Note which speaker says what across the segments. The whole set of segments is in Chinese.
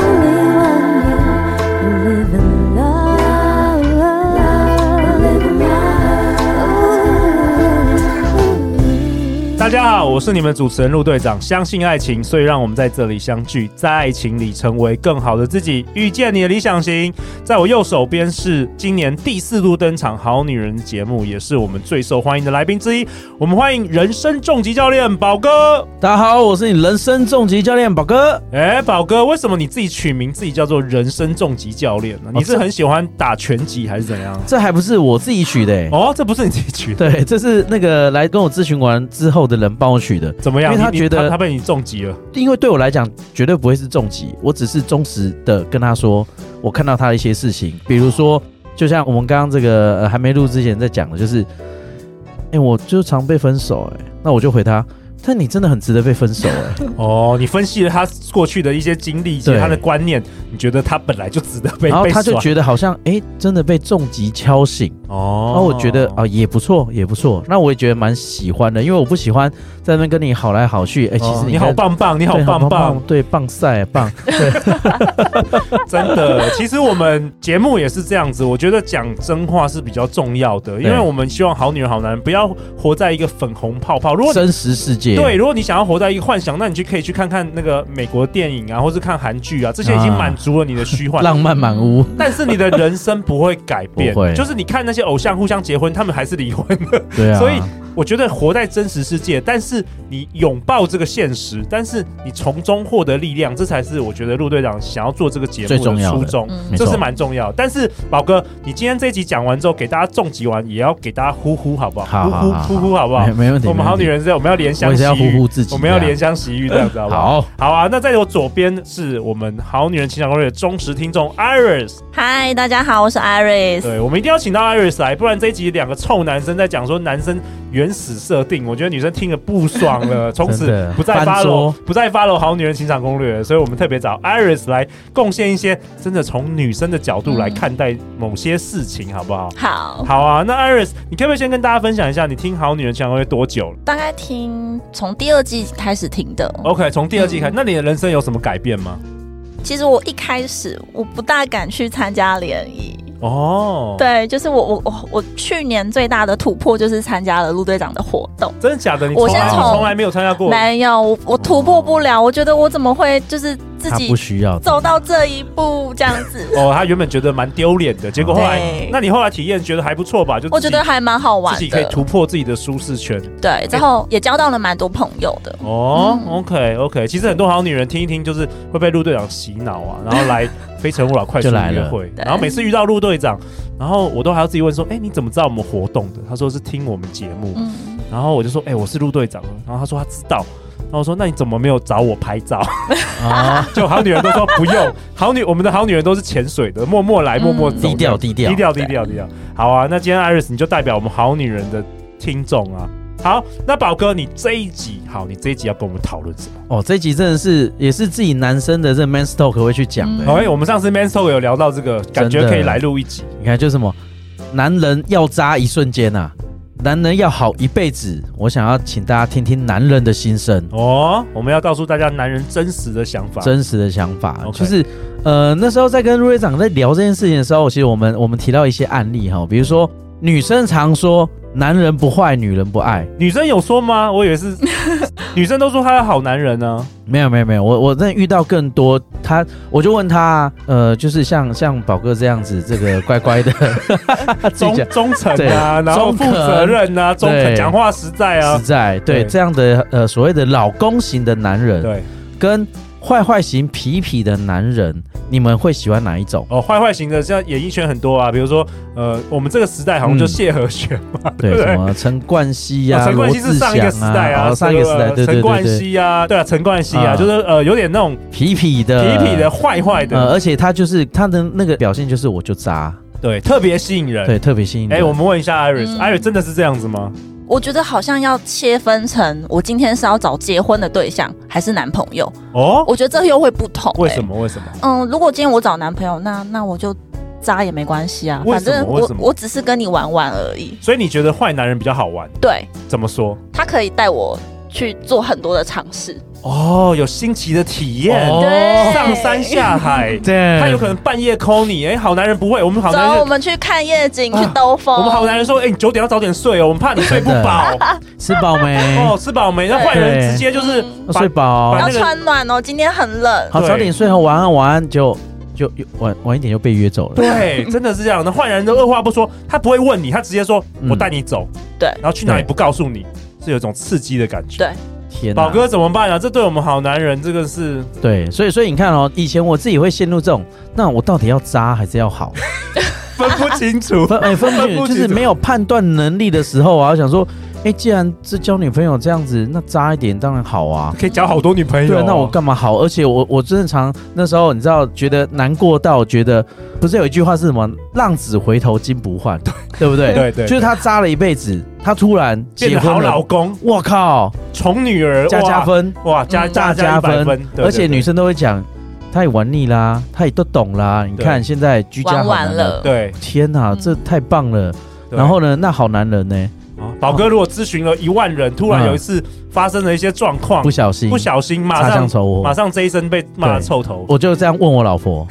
Speaker 1: only one you live in love, live in love.
Speaker 2: 大家好，我是你们主持人陆队长。相信爱情，所以让我们在这里相聚，在爱情里成为更好的自己，遇见你的理想型。在我右手边是今年第四度登场《好女人》节目，也是我们最受欢迎的来宾之一。我们欢迎人生重疾教练宝哥。
Speaker 3: 大家好，我是你人生重疾教练宝哥。
Speaker 2: 哎，宝哥，为什么你自己取名自己叫做人生重疾教练呢？你是
Speaker 3: 这
Speaker 2: 很喜欢打拳击还是怎样？
Speaker 3: 这还不是我自己取的、欸，
Speaker 2: 哦，这不是你自己取的，
Speaker 3: 对，这是那个来跟我咨询完之后的人帮我取的。
Speaker 2: 怎么样？
Speaker 3: 因为他
Speaker 2: 你你
Speaker 3: 觉得
Speaker 2: 他被你重疾了。
Speaker 3: 因为对我来讲，绝对不会是重疾，我只是忠实的跟他说我看到他的一些事情，比如说，就像我们刚刚这个、呃、还没录之前在讲的，就是，哎、我就常被分手、哎，那我就回他，但你真的很值得被分手、哎。
Speaker 2: 哦，你分析了他过去的一些经历以及
Speaker 3: 对
Speaker 2: 他的观念，你觉得他本来就值得 被
Speaker 3: 然后
Speaker 2: 被
Speaker 3: 他就
Speaker 2: 甩
Speaker 3: 觉得好像，哎、真的被重疾敲醒。
Speaker 2: 哦
Speaker 3: 然后我觉得啊、也不错，也不错。那我也觉得蛮喜欢的，因为我不喜欢在那边跟你好来好去。哎、其
Speaker 2: 哦
Speaker 3: 实
Speaker 2: 你好
Speaker 3: 在
Speaker 2: 棒棒，你
Speaker 3: 对
Speaker 2: 好
Speaker 3: 好
Speaker 2: 棒
Speaker 3: 棒
Speaker 2: 棒，，
Speaker 3: 对，棒赛棒。
Speaker 2: 真的。其实我们节目也是这样子，我觉得讲真话是比较重要的，因为
Speaker 3: 对
Speaker 2: 我们希望好女人、好男人不要活在一个粉红泡泡。如果你
Speaker 3: 真实世界，
Speaker 2: 对，，如果你想要活在一个幻想，那你去可以去看看那个美国电影啊，或是看韩剧啊，这些已经
Speaker 3: 啊
Speaker 2: 满足了你的虚幻。
Speaker 3: 浪漫满屋。
Speaker 2: 但是你的人生不会改变
Speaker 3: 不，会
Speaker 2: 就是你看那些偶像互相结婚，他们还是离婚的。
Speaker 3: 对啊，
Speaker 2: 所以我觉得活在真实世界，但是你拥抱这个现实，但是你从中获得力量，这才是我觉得陆队长想要做这个节
Speaker 3: 最
Speaker 2: 目
Speaker 3: 重
Speaker 2: 的
Speaker 3: 要的嗯
Speaker 2: 初衷，
Speaker 3: 没
Speaker 2: 这
Speaker 3: 错
Speaker 2: 是蛮重要。但是宝哥，你今天这一集讲完之后，给大家重击完，也要给大家呼呼好不好？
Speaker 3: 好好
Speaker 2: 呼
Speaker 3: 好
Speaker 2: 呼呼呼好不好
Speaker 3: 没？没问题。
Speaker 2: 我们好女
Speaker 3: 没问
Speaker 2: 人
Speaker 3: 题，
Speaker 2: 是，我们要怜
Speaker 3: 我
Speaker 2: 香
Speaker 3: 也
Speaker 2: 惜
Speaker 3: 是
Speaker 2: 玉，
Speaker 3: 要呼呼自己
Speaker 2: 我们要
Speaker 3: 这样
Speaker 2: 怜香惜玉，这 样子好不好？
Speaker 3: 好，
Speaker 2: 好啊，那在我左边是我们好女人情感攻略的忠实听众 Iris，
Speaker 4: 嗨，大家好，我是 Iris。
Speaker 2: 对，我们一定要请到 Iris 来，不然这一集两个臭男生在讲说男生原始设定，我觉得女生听了不爽了，从此
Speaker 3: 真的
Speaker 2: 不再
Speaker 3: 翻
Speaker 2: follow
Speaker 3: 桌
Speaker 2: 不再 follow 好女人情场攻略了，所以我们特别找 Iris 来贡献一些真的从女生的角度来看待某些事情，好不好？
Speaker 4: 好，
Speaker 2: 好啊，那 Iris，你可不可以先跟大家分享一下你听《好女人情场攻略》多
Speaker 3: 嗯
Speaker 2: 久了
Speaker 4: 大概听从第二季开始听的。
Speaker 2: ？OK，从第二季开始，那你的人生有什么改变吗？
Speaker 4: 其实我一开始我不大敢去参加联谊，
Speaker 2: 哦，，
Speaker 4: 对，就是我我我我去年最大的突破就是参加了陆队长的活动。
Speaker 2: 真的假的？你从
Speaker 4: 我
Speaker 2: 来
Speaker 4: 先从
Speaker 2: 从来没有参加过，。
Speaker 4: 没有，我我突破不了，我觉得我怎么会就是自
Speaker 3: 他
Speaker 4: 己
Speaker 3: 不需要的。
Speaker 4: 走到这一步这样子
Speaker 2: 哦，他原本觉得蛮丢脸的，结果后来
Speaker 4: 对，
Speaker 2: 那你后来体验觉得还不错吧？就
Speaker 4: 我觉
Speaker 2: 自己
Speaker 4: 得还蛮好玩
Speaker 2: 自己可以
Speaker 4: 的，
Speaker 2: 突破自己的舒适圈。
Speaker 4: 对，之后也交到了蛮多朋友的。
Speaker 2: 哦、
Speaker 4: 嗯
Speaker 2: o k OK，其实很多好女人听一听，就是会被陆队长洗脑啊，然后来非诚勿扰快速
Speaker 3: 就来
Speaker 2: 约
Speaker 3: 了
Speaker 2: 会，
Speaker 4: 对
Speaker 2: 然后每次遇到陆队长，然后我都还要自己问说，哎、你怎么知道我们活动的？他说是听我们节目，
Speaker 4: 嗯，
Speaker 2: 然后我就说，哎、我是陆队长，然后他说他知道。然后我说：“那你怎么没有找我拍照？
Speaker 3: 啊，
Speaker 2: 就好女人都说不 用，好女我们的好女人都是潜水的，默默来，默默
Speaker 4: 嗯
Speaker 2: 走。
Speaker 3: 低调低调
Speaker 2: 低。调低调低调。好啊，那今天 Iris 你就代表我们好女人的听众啊。好，那宝哥，你这一集好，你这一集要跟我们讨论什么？
Speaker 3: 哦，这一集真的是也是自己男生的这 man talk 会去讲的、
Speaker 4: 嗯
Speaker 2: 好、哎，我们上次 Man Talk 有聊到这个，感觉
Speaker 3: 真的
Speaker 2: 可以来录一集。
Speaker 3: 你看，就是什么，男人要渣一瞬间呐、男人要好一辈子。我想要请大家听听男人的心声。
Speaker 2: 哦，我们要告诉大家男人真实的想法。
Speaker 3: 真实的想法，
Speaker 2: OK
Speaker 3: 就是呃那时候在跟陆队长在聊这件事情的时候，其实我们我们提到一些案例哈，比如说女生常说男人不坏，女人不爱，
Speaker 2: 女生有说吗？我以为 是女生都说她要好男人呢、
Speaker 3: 没有没有没有，我我真的遇到更多，他我就问他，呃，就是像像宝哥这样子，这个乖 乖的，自己
Speaker 2: 忠
Speaker 3: 讲
Speaker 2: 忠诚
Speaker 3: 对
Speaker 2: 啊，然后
Speaker 3: 忠
Speaker 2: 负
Speaker 3: 诚
Speaker 2: 责任啊，忠诚，
Speaker 3: 对
Speaker 2: 讲话实在啊
Speaker 3: 实。在对
Speaker 2: 对
Speaker 3: 这样的呃所谓的老公型的男人，
Speaker 2: 对，
Speaker 3: 跟坏坏型痞痞的男人，你们会喜欢哪一种？
Speaker 2: 哦，坏坏型的，像演艺圈很多啊，比如说，呃，我们这个时代好像就
Speaker 3: 嗯
Speaker 2: 谢和弦嘛，对
Speaker 3: 对，
Speaker 2: 不对
Speaker 3: 什？么陈冠希呀、
Speaker 2: 哦 陈冠希
Speaker 3: 罗志
Speaker 2: 是上一个时
Speaker 3: 祥啊
Speaker 2: 代啊，
Speaker 3: 哦上一个时代，
Speaker 2: 这
Speaker 3: 对对对
Speaker 2: 陈冠
Speaker 3: 对
Speaker 2: 希啊，对啊，陈冠希啊，
Speaker 3: 啊
Speaker 2: 就是呃，有点那种
Speaker 3: 痞痞的，
Speaker 2: 痞痞的、坏坏
Speaker 3: 呃，
Speaker 2: 的，
Speaker 3: 而且他就是他的那个表现就是我就渣，
Speaker 2: 对，特别吸引人。
Speaker 3: 对，特别吸引人。
Speaker 2: 哎，我们问一下
Speaker 4: 嗯
Speaker 2: Iris，Iris 真的是这样子吗？
Speaker 4: 我觉得好像要切分成，我今天是要找结婚的对象还是男朋友？
Speaker 2: 哦，
Speaker 4: 我觉得这又会不同、欸。
Speaker 2: 为什么？为什么？
Speaker 4: 嗯，如果今天我找男朋友，那那我就渣也没关系啊，
Speaker 2: 为
Speaker 4: 反
Speaker 2: 什么
Speaker 4: 正
Speaker 2: 为
Speaker 4: 我
Speaker 2: 什么
Speaker 4: 我只是跟你玩玩而已。
Speaker 2: 所以你觉得坏男人比较好玩？
Speaker 4: 对
Speaker 2: 怎么说？
Speaker 4: 他可以带我去做很多的尝试，
Speaker 2: 哦，有新奇的体验，
Speaker 3: 哦
Speaker 4: 对，
Speaker 2: 上山下海，
Speaker 3: 对
Speaker 2: 他有可能半夜 call 你，哎，好男人不会，我们好
Speaker 4: 走，
Speaker 2: 男
Speaker 4: 我
Speaker 2: 人。
Speaker 4: 们去看夜景，
Speaker 2: 啊
Speaker 4: 去兜风。
Speaker 2: 我们好男人说，哎、你九点要早点睡哦，我们怕你睡不饱。
Speaker 3: 吃饱没？ 哦
Speaker 2: 哦，吃饱没？那坏人直接就是
Speaker 4: 嗯
Speaker 3: 要睡饱
Speaker 2: 把
Speaker 4: 要
Speaker 2: 那个
Speaker 4: 穿暖哦，今天很冷。
Speaker 3: 好，
Speaker 2: 对
Speaker 3: 早点睡哦，晚安晚安，就就又晚晚一点就被约走了。
Speaker 2: 对，真的是这样的。坏人都二话不说，他不会问你，他直接说
Speaker 3: 嗯
Speaker 2: 我带你走，
Speaker 4: 对
Speaker 2: 然后去哪里不告诉你，是有一种刺激的感觉。
Speaker 4: 对
Speaker 3: 天哪，
Speaker 2: 宝哥怎么办啊？这对我们好男人，这个是
Speaker 3: 对，所以所以你看哦，以前我自己会陷入这种，那我到底要渣还是 要好？。
Speaker 2: 分不清楚
Speaker 3: 分哎分不
Speaker 2: 分
Speaker 3: 清
Speaker 2: 不
Speaker 3: 楚，
Speaker 2: 清楚
Speaker 3: 就是没有判断能力的时候啊，我想说，哎，既然这交女朋友这样子，那渣一点当然好啊。
Speaker 2: 可以交好多女朋友、
Speaker 3: 对啊，那我干嘛好？而且我我真的常那时候你知道，觉得难过到觉得，不是有一句话是什么“浪子回头金不换”，对不对？
Speaker 2: 对对
Speaker 3: 就是他渣了一辈子，他突然
Speaker 2: 变
Speaker 3: 结
Speaker 2: 得
Speaker 3: 婚
Speaker 2: 好
Speaker 3: 了
Speaker 2: 老，公，
Speaker 3: 我靠，
Speaker 2: 宠女儿
Speaker 3: 加加，分，
Speaker 2: 哇哇，加
Speaker 4: 嗯
Speaker 2: 加
Speaker 3: 大加
Speaker 2: 加
Speaker 3: 分
Speaker 2: 分分，对
Speaker 3: 而且
Speaker 2: 对
Speaker 3: 女生都会讲，他也玩腻啦，他也都懂啦。你
Speaker 2: 对
Speaker 3: 看现在居家
Speaker 4: 玩
Speaker 3: 好男
Speaker 4: 完
Speaker 3: 人，
Speaker 4: 了，
Speaker 2: 对。
Speaker 3: 天哪，
Speaker 4: 嗯
Speaker 3: 这太棒了。
Speaker 2: 对
Speaker 3: 然后呢，那好男人呢，
Speaker 2: 啊宝哥如果咨询了一万人，突然有一次发生了一些状况
Speaker 3: 不，小心
Speaker 2: 不小心马
Speaker 3: 擦枪
Speaker 2: 上
Speaker 3: 走
Speaker 2: 马
Speaker 3: 火，
Speaker 2: 上这一声被骂
Speaker 3: 对
Speaker 2: 臭头，
Speaker 3: 我就这样问我老婆，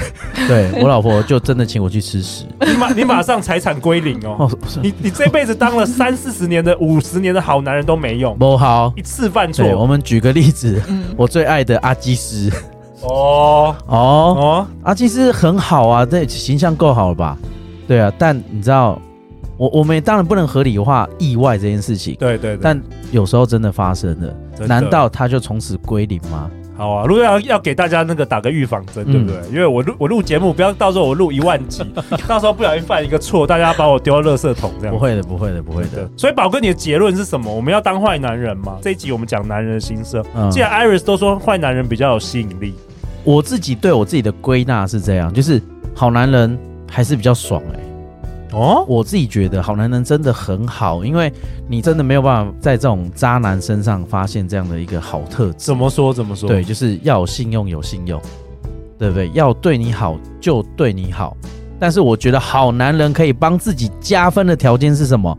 Speaker 3: 对我老婆就真的请我去 吃屎。
Speaker 2: 你马你马上财产归零哦。
Speaker 3: 哦，不是
Speaker 2: 你你这辈子当了三四十年的、五十年的好男人都没用，
Speaker 3: 不好。
Speaker 2: 一次犯
Speaker 3: 对，我
Speaker 2: 错
Speaker 3: 们举个例子，
Speaker 4: 嗯，
Speaker 3: 我最爱的阿基师
Speaker 2: 哦
Speaker 3: 哦，
Speaker 2: 哦，
Speaker 3: 阿基师很好啊，这形象够好了吧？对啊，但你知道，我我们也当然不能合理化意外这件事情，
Speaker 2: 对对对，
Speaker 3: 但有时候真的发生了，
Speaker 2: 真的
Speaker 3: 难道他就从此归零吗？
Speaker 2: 好啊？如果要要给大家那个打个预防针，
Speaker 3: 嗯
Speaker 2: 对不对？因为我录我录节目，不要到时候我录一万 集，到时候不小心犯一个错，大家把我丢到垃圾桶这样
Speaker 3: 不。会的，不会的，不会的。
Speaker 2: 对，所以宝哥，你的结论是什么？我们要当坏男人吗？这一集我们讲男人的心声。
Speaker 3: 嗯
Speaker 2: 既然 Iris 都说坏男人比较有吸引力，
Speaker 3: 我自己对我自己的归纳是这样，就是好男人还是比较爽哎、
Speaker 2: 哦，
Speaker 3: 我自己觉得好男人真的很好，因为你真的没有办法在这种渣男身上发现这样的一个好特质
Speaker 2: 怎。么说怎么说？
Speaker 3: 对，，就是要有信用，有信用，对不对？要对你好就对你好。但是我觉得好男人可以帮自己加分的条件是什么？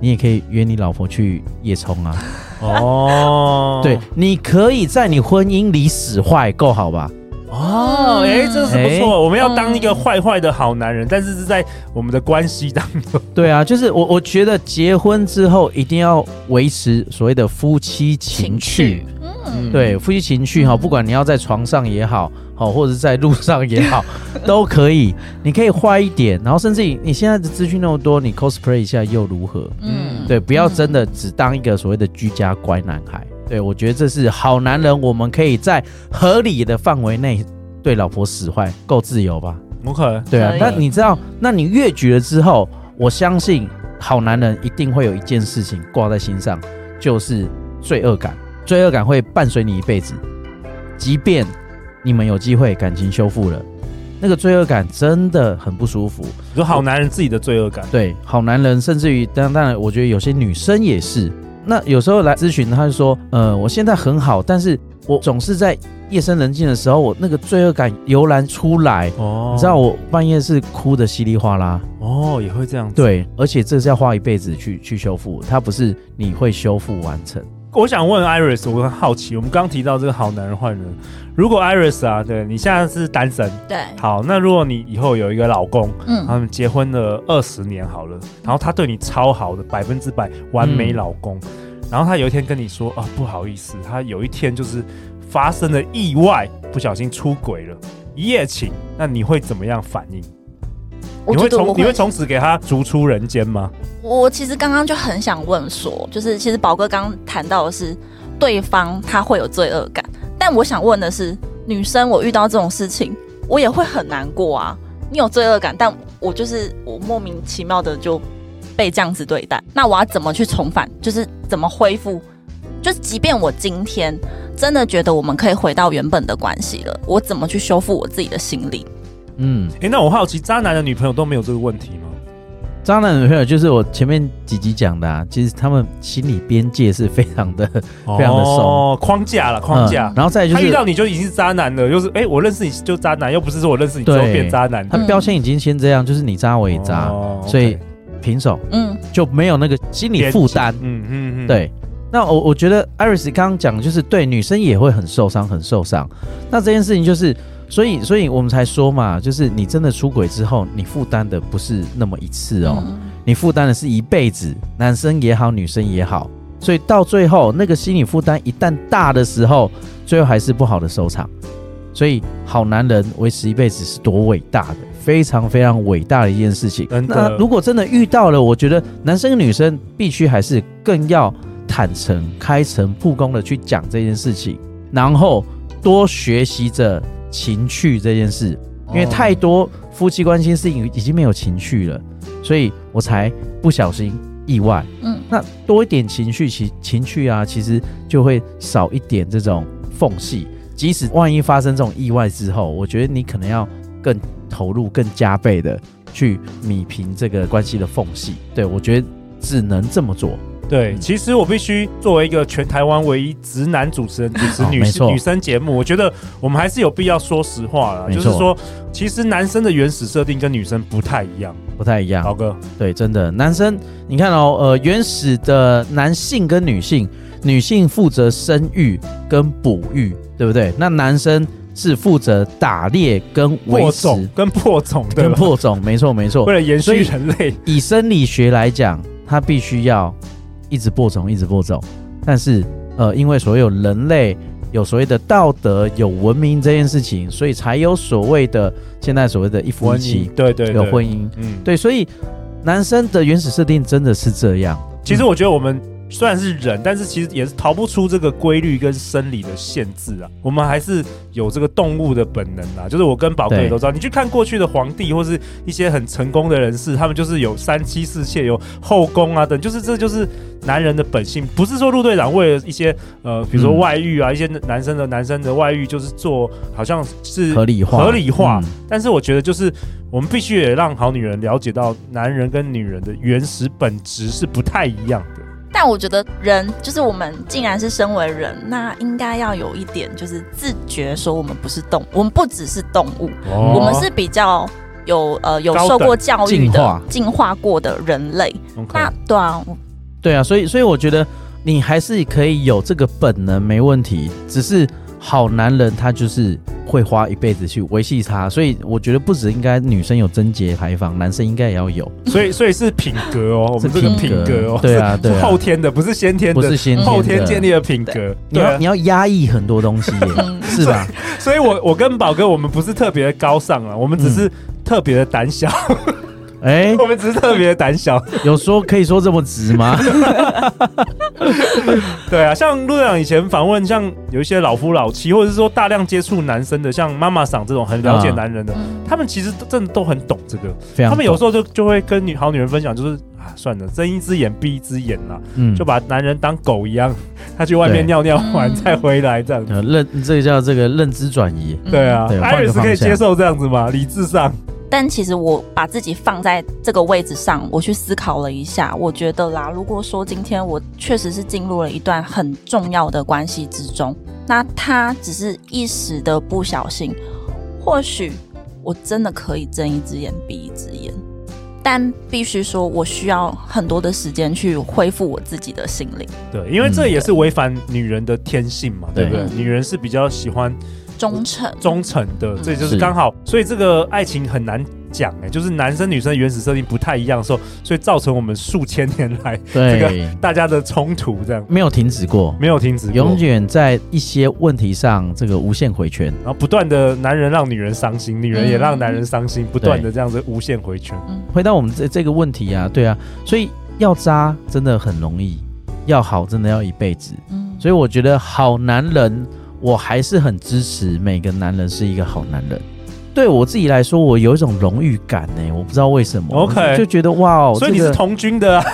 Speaker 3: 你也可以约你老婆去夜冲啊。
Speaker 2: 哦，
Speaker 3: 对，你可以在你婚姻里使坏，够好吧？
Speaker 2: 哦，哎、这是不错。
Speaker 3: 哎
Speaker 2: 我们要当一个坏坏的好男人，但是是在我们的关系当中。
Speaker 3: 对啊，就是我我觉得结婚之后一定要维持所谓的夫妻情趣，
Speaker 4: 嗯，
Speaker 3: 对夫妻情趣哈，不管你要在床上也好，好或者是在路上也 好，都可以。你可以坏一点，然后甚至于你现在的资讯那么多，你 cosplay 一下又如何？
Speaker 4: 嗯，
Speaker 3: 对，不要真的只当一个所谓的居家乖男孩。对我觉得这是好男人，我们可以在合理的范围内对老婆使坏，够自由吧？
Speaker 2: OK，
Speaker 3: 对啊
Speaker 4: 可，以
Speaker 3: 那你知道，那你越举了之后，我相信好男人一定会有一件事情挂在心上，就是罪恶感。罪恶感会伴随你一辈子，即便你们有机会感情修复了，那个罪恶感真的很不舒服。
Speaker 2: 你说好男人自己的罪恶感。
Speaker 3: 对，好男人，甚至于当当然，我觉得有些女生也是。那有时候来咨询，他就说，呃，我现在很好，但是我总是在夜深人静的时候，我那个罪恶感油然出来。
Speaker 2: 哦
Speaker 3: 你知道我半夜是哭的稀里哗啦，
Speaker 2: 哦，也会这样子。，
Speaker 3: 对，而且这是要花一辈子去去修复，它不是你会修复完成。
Speaker 2: 我想问 Iris，我很好奇，我们刚提到这个好男人坏人，如果 Iris 啊，对你现在是单身，
Speaker 4: 对，
Speaker 2: 好，那如果你以后有一个老公，
Speaker 4: 嗯
Speaker 2: 他们结婚了二十年好了，然后他对你超好的百分之百完
Speaker 3: 嗯
Speaker 2: 美老公，然后他有一天跟你说啊，不好意思，他有一天就是发生了意外，不小心出轨了，一夜情，那你会怎么样反应？
Speaker 4: 我
Speaker 2: 你
Speaker 4: 觉
Speaker 2: 会
Speaker 4: 得我
Speaker 2: 从你
Speaker 4: 会
Speaker 2: 会从此给他逐出人间吗？
Speaker 4: 我其实刚刚就很想问说，就是其实宝哥刚刚谈到的是对方他会有罪恶感，但我想问的是，女生我遇到这种事情，我也会很难过啊。你有罪恶感，但我就是我莫名其妙的就被这样子对待，那我要怎么去重返？就是怎么恢复？就是即便我今天真的觉得我们可以回到原本的关系了，我怎么去修复我自己的心理？
Speaker 3: 嗯，
Speaker 2: 诶，那我好奇，渣男的女朋友都没有这个问题吗？
Speaker 3: 渣男女朋友就是我前面几集讲的啊，其实他们心理边界是非常的非常的松
Speaker 2: 哦，框架了，框架。
Speaker 3: 嗯然后再来就
Speaker 2: 他遇
Speaker 3: 是
Speaker 2: 到你就已经是渣男了，就是哎、我认识你就渣男，又不是说我认识你之后
Speaker 3: 对
Speaker 2: 变渣男，
Speaker 3: 他标签已经先这样，就是你渣我也渣，
Speaker 2: 哦
Speaker 3: 所以
Speaker 2: OK
Speaker 3: 平手
Speaker 4: 嗯，
Speaker 3: 就没有那个心理负担。
Speaker 2: 嗯嗯嗯，
Speaker 3: 对，那我我觉得 Iris 刚刚讲的就是对女生也会很受伤，很受伤。那这件事情就是，所以所以我们才说嘛，就是你真的出轨之后，你负担的不是那么一次哦，
Speaker 4: 嗯
Speaker 3: 你负担的是一辈子，男生也好，女生也好。所以到最后，那个心理负担一旦大的时候，最后还是不好的收场。所以，好男人维持一辈子是多伟大的，非常非常伟大的一件事情。
Speaker 2: 真的
Speaker 3: 那如果真的遇到了，我觉得男生跟女生必须还是更要坦诚、开诚布公的去讲这件事情，然后多学习着情趣这件事，
Speaker 2: 哦
Speaker 3: 因为太多夫妻关系是已已经没有情趣了，所以我才不小心意外。
Speaker 4: 嗯，
Speaker 3: 那多一点情绪，其情绪啊，其实就会少一点这种缝隙。即使万一发生这种意外之后，我觉得你可能要更投入、更加倍的去弥平这个关系的缝隙。对我觉得只能这么做。
Speaker 2: 对，
Speaker 3: 嗯
Speaker 2: 其实我必须作为一个全台湾唯一直男主持人主持女
Speaker 3: 没错
Speaker 2: 女生节目，我觉得我们还是有必要说实话啦，
Speaker 3: 没
Speaker 2: 就
Speaker 3: 错
Speaker 2: 是说，其实男生的原始设定跟女生不太一样。
Speaker 3: 不太一样
Speaker 2: 老，哥，
Speaker 3: 对，真的，男生，你看哦，呃，原始的男性跟女性，女性负责生育跟哺育，对不对？那男生是负责打猎跟维
Speaker 2: 播
Speaker 3: 持
Speaker 2: 种跟播种对
Speaker 3: 跟
Speaker 2: 吧？
Speaker 3: 破种，没错没错
Speaker 2: 为。了延
Speaker 3: 所以
Speaker 2: 续人类，
Speaker 3: 以生理学来讲，它必须要一直播种，一直播种。但是，呃，因为所有人类有所谓的道德、有文明这件事情，所以才有所谓的现在所谓的一夫一
Speaker 2: 婚
Speaker 3: 妻
Speaker 2: 姻，对对
Speaker 3: 有
Speaker 2: 对，
Speaker 3: 婚姻。
Speaker 2: 嗯，
Speaker 3: 对，所以男生的原始设定真的是这样。
Speaker 2: 其实我觉得我们虽然是人，但是其实也是逃不出这个规律跟生理的限制啊。我们还是有这个动物的本能啊。就是我跟宝哥也
Speaker 3: 对
Speaker 2: 都知道，你去看过去的皇帝或是一些很成功的人士，他们就是有三妻四妾，有后宫啊等，就是这就是男人的本性。不是说陆队长为了一些呃，比如说
Speaker 3: 嗯
Speaker 2: 外遇啊，一些男生的男生的外遇，就是做好像是
Speaker 3: 合理化，
Speaker 2: 合理化
Speaker 3: 嗯
Speaker 2: 但是我觉得，就是我们必须也让好女人了解到，男人跟女人的原始本质是不太一样的。
Speaker 4: 但我觉得人就是我们，既然是身为人，那应该要有一点就是自觉，说我们不是动，我们不只是动物，
Speaker 3: 哦
Speaker 4: 我们是比较有呃有
Speaker 2: 高等
Speaker 4: 受过教育
Speaker 3: 进
Speaker 4: 的
Speaker 3: 化
Speaker 4: 进化过的人类。
Speaker 2: 哦 OK
Speaker 4: 那对啊，我
Speaker 3: 对啊，所以所以我觉得你还是可以有这个本能，没问题。只是好男人他就是会花一辈子去维系他，所以我觉得不止应该女生有贞洁牌坊，男生应该也要有。
Speaker 2: 所以所以是品格哦，我们这个品格哦，
Speaker 3: 对啊
Speaker 2: 是
Speaker 3: 对啊
Speaker 2: 后天的，不是先天
Speaker 3: 不是
Speaker 2: 的，
Speaker 3: 先天的
Speaker 2: 后天建立的品格。
Speaker 3: 你
Speaker 2: 对
Speaker 3: 要
Speaker 2: 啊
Speaker 3: 你，要压抑很多东西 耶，
Speaker 4: 嗯
Speaker 3: 是吧？
Speaker 2: 所以我我跟宝哥，我们不是特别的高尚啊，我们只
Speaker 3: 嗯
Speaker 2: 是特别的胆小，
Speaker 3: 哎、
Speaker 2: 我们只是特别的胆小。
Speaker 3: 有说可以说这么直 吗？
Speaker 2: 对啊，像陆队长以前访问，像有一些老夫老妻，或者是说大量接触男生的，像妈妈桑这种很了解
Speaker 3: 啊
Speaker 2: 男人的，
Speaker 4: 嗯
Speaker 2: 他们其实都真的都很懂这个。
Speaker 3: 非常
Speaker 2: 他们有时候就就会跟女好女人分享，就是啊，算了，睁一只眼闭一只眼啦，
Speaker 3: 嗯
Speaker 2: 就把男人当狗一样， 他去外面
Speaker 3: 对
Speaker 2: 尿尿完
Speaker 4: 嗯
Speaker 2: 再回来这样子。
Speaker 3: 呃认这个叫这个认知转移，
Speaker 2: 对啊
Speaker 3: 对，
Speaker 2: 艾
Speaker 3: 换
Speaker 2: 瑞
Speaker 3: 个
Speaker 2: 斯可以
Speaker 3: 方向
Speaker 2: 接受这样子吗？理智上，
Speaker 4: 但其实我把自己放在这个位置上，我去思考了一下，我觉得啦，如果说今天我确实是进入了一段很重要的关系之中，那他只是一时的不小心，或许我真的可以睁一只眼闭一只眼，但必须说我需要很多的时间去恢复我自己的心灵，
Speaker 2: 对，因为
Speaker 3: 嗯
Speaker 2: 这也是违反女人的天性嘛，对不对
Speaker 4: 对？
Speaker 2: 女人是比较喜欢
Speaker 4: 忠诚，
Speaker 2: 忠诚的，这就是
Speaker 3: 是
Speaker 2: 刚好，所以这个爱情很难讲哎，就是男生女生的原始设定不太一样的时候，所以造成我们数千年来
Speaker 3: 对、
Speaker 2: 这大家的冲突，这样
Speaker 3: 没有停止过，
Speaker 2: 没有停止过，
Speaker 3: 永远在一些问题上这个无限回圈。
Speaker 2: 然后不断的男人让女人伤心，女人也让男人伤心，不断的
Speaker 3: 对
Speaker 2: 这样子无限回圈。
Speaker 3: 回到我们这这个问题啊，对啊，所以要渣真的很容易，要好真的要一辈子。
Speaker 4: 嗯，
Speaker 3: 所以我觉得好男人，我还是很支持每个男人是一个好男人。对我自己来说，我有一种荣誉感呢、我不知道为什么
Speaker 2: OK
Speaker 3: 就觉得哇哦，
Speaker 2: 所以你
Speaker 3: 这
Speaker 2: 是
Speaker 3: 个
Speaker 2: 童军的啊，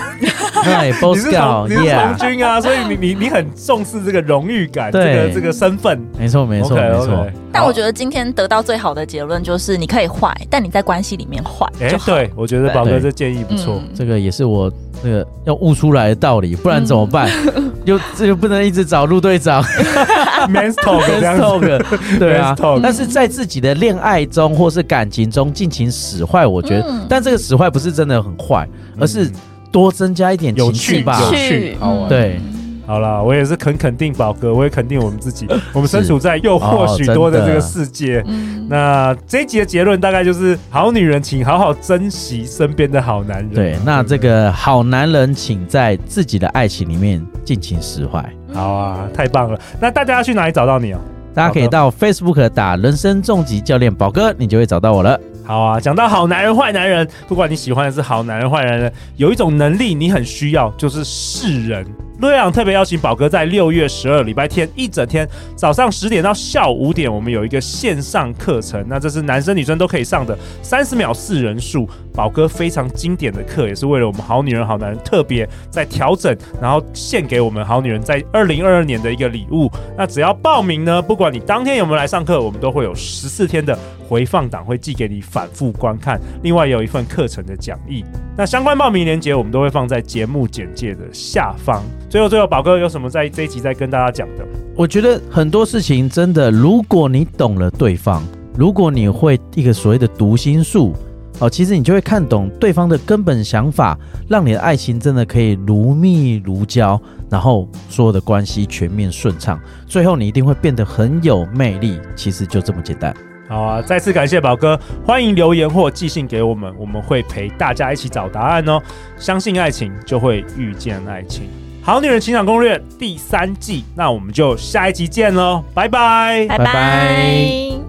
Speaker 2: 你
Speaker 3: 对 Boss
Speaker 2: 是童
Speaker 3: Scout
Speaker 2: 你是童
Speaker 3: yeah，
Speaker 2: 军啊，所以你你你很重视这个荣誉感，这个
Speaker 3: 对
Speaker 2: 这个身份。
Speaker 3: 没错没错
Speaker 2: OK，
Speaker 3: 没
Speaker 2: OK
Speaker 3: 错，
Speaker 4: 但我觉
Speaker 2: 得，
Speaker 4: 得今天得到最好的结论就是，你可以坏，但你在关系里面坏
Speaker 2: 哎、
Speaker 4: 就好。
Speaker 2: 对，我觉得宝哥
Speaker 3: 对
Speaker 2: 这建议不错。
Speaker 4: 嗯
Speaker 3: 这个也是我那个要悟出来的道理，不然怎么办？又这就不能一直找陆队长
Speaker 4: 嗯
Speaker 2: Man's talk 这样
Speaker 3: Let's
Speaker 2: 子，
Speaker 3: talk，对啊
Speaker 2: Let's talk。
Speaker 3: 但是在自己的恋爱中或是感情中尽情使坏，我觉得
Speaker 4: 嗯，
Speaker 3: 但这个使坏不是真的很坏，而是
Speaker 2: 嗯
Speaker 3: 多增加一点
Speaker 2: 有
Speaker 3: 情
Speaker 2: 趣
Speaker 3: 趣吧。
Speaker 2: 有
Speaker 4: 去嗯
Speaker 2: 好玩
Speaker 3: 对，
Speaker 2: 好啦，我也是很肯定宝哥，我也肯定我们 自己，我们身
Speaker 3: 是
Speaker 2: 处在诱惑
Speaker 3: 哦
Speaker 2: 许多的
Speaker 3: 真
Speaker 2: 这
Speaker 3: 的
Speaker 2: 个世界。
Speaker 4: 嗯，
Speaker 2: 那这一集的结论大概就是：好女人，请好好珍惜身边的好男人。
Speaker 3: 对，那这
Speaker 2: 不对
Speaker 3: 个好男人，请在自己的爱情里面尽情使坏。
Speaker 2: 好啊，太棒了！那大家要去哪里找到你哦？
Speaker 3: 大家可以
Speaker 2: 好的
Speaker 3: 到 Facebook 打“人生重疾教练宝哥”，你就会找到我了。
Speaker 2: 好啊，讲到好男人、坏男人，不管你喜欢的是好男人、坏男人，有一种能力你很需要，就是识人。洛阳特别邀请宝哥在六月十二礼拜天一整天，早上十点到下午五点，我们有一个线上课程，那这是男生女生都可以上的三十秒识人术。宝哥非常经典的课，也是为了我们好女人、好男人特别在调整，然后献给我们好女人在二零二二年的一个礼物。那只要报名呢，不管你当天有没有来上课，我们都会有十四天的回放档会寄给你反复观看。另外有一份课程的讲义，那相关报名链接我们都会放在节目简介的下方。最后，最后，宝哥有什么在这一集再跟大家讲的？
Speaker 3: 我觉得很多事情真的，如果你懂了对方，如果你会一个所谓的读心术，哦，其实你就会看懂对方的根本想法，让你的爱情真的可以如蜜如胶，然后所有的关系全面顺畅，最后你一定会变得很有魅力。其实就这么简单。
Speaker 2: 好啊，再次感谢宝哥，欢迎留言或寄信给我们，我们会陪大家一起找答案哦。相信爱情，就会遇见爱情。好女人情场攻略第三季，那我们就下一集见喽，拜拜
Speaker 4: 拜
Speaker 3: 拜拜
Speaker 4: 拜。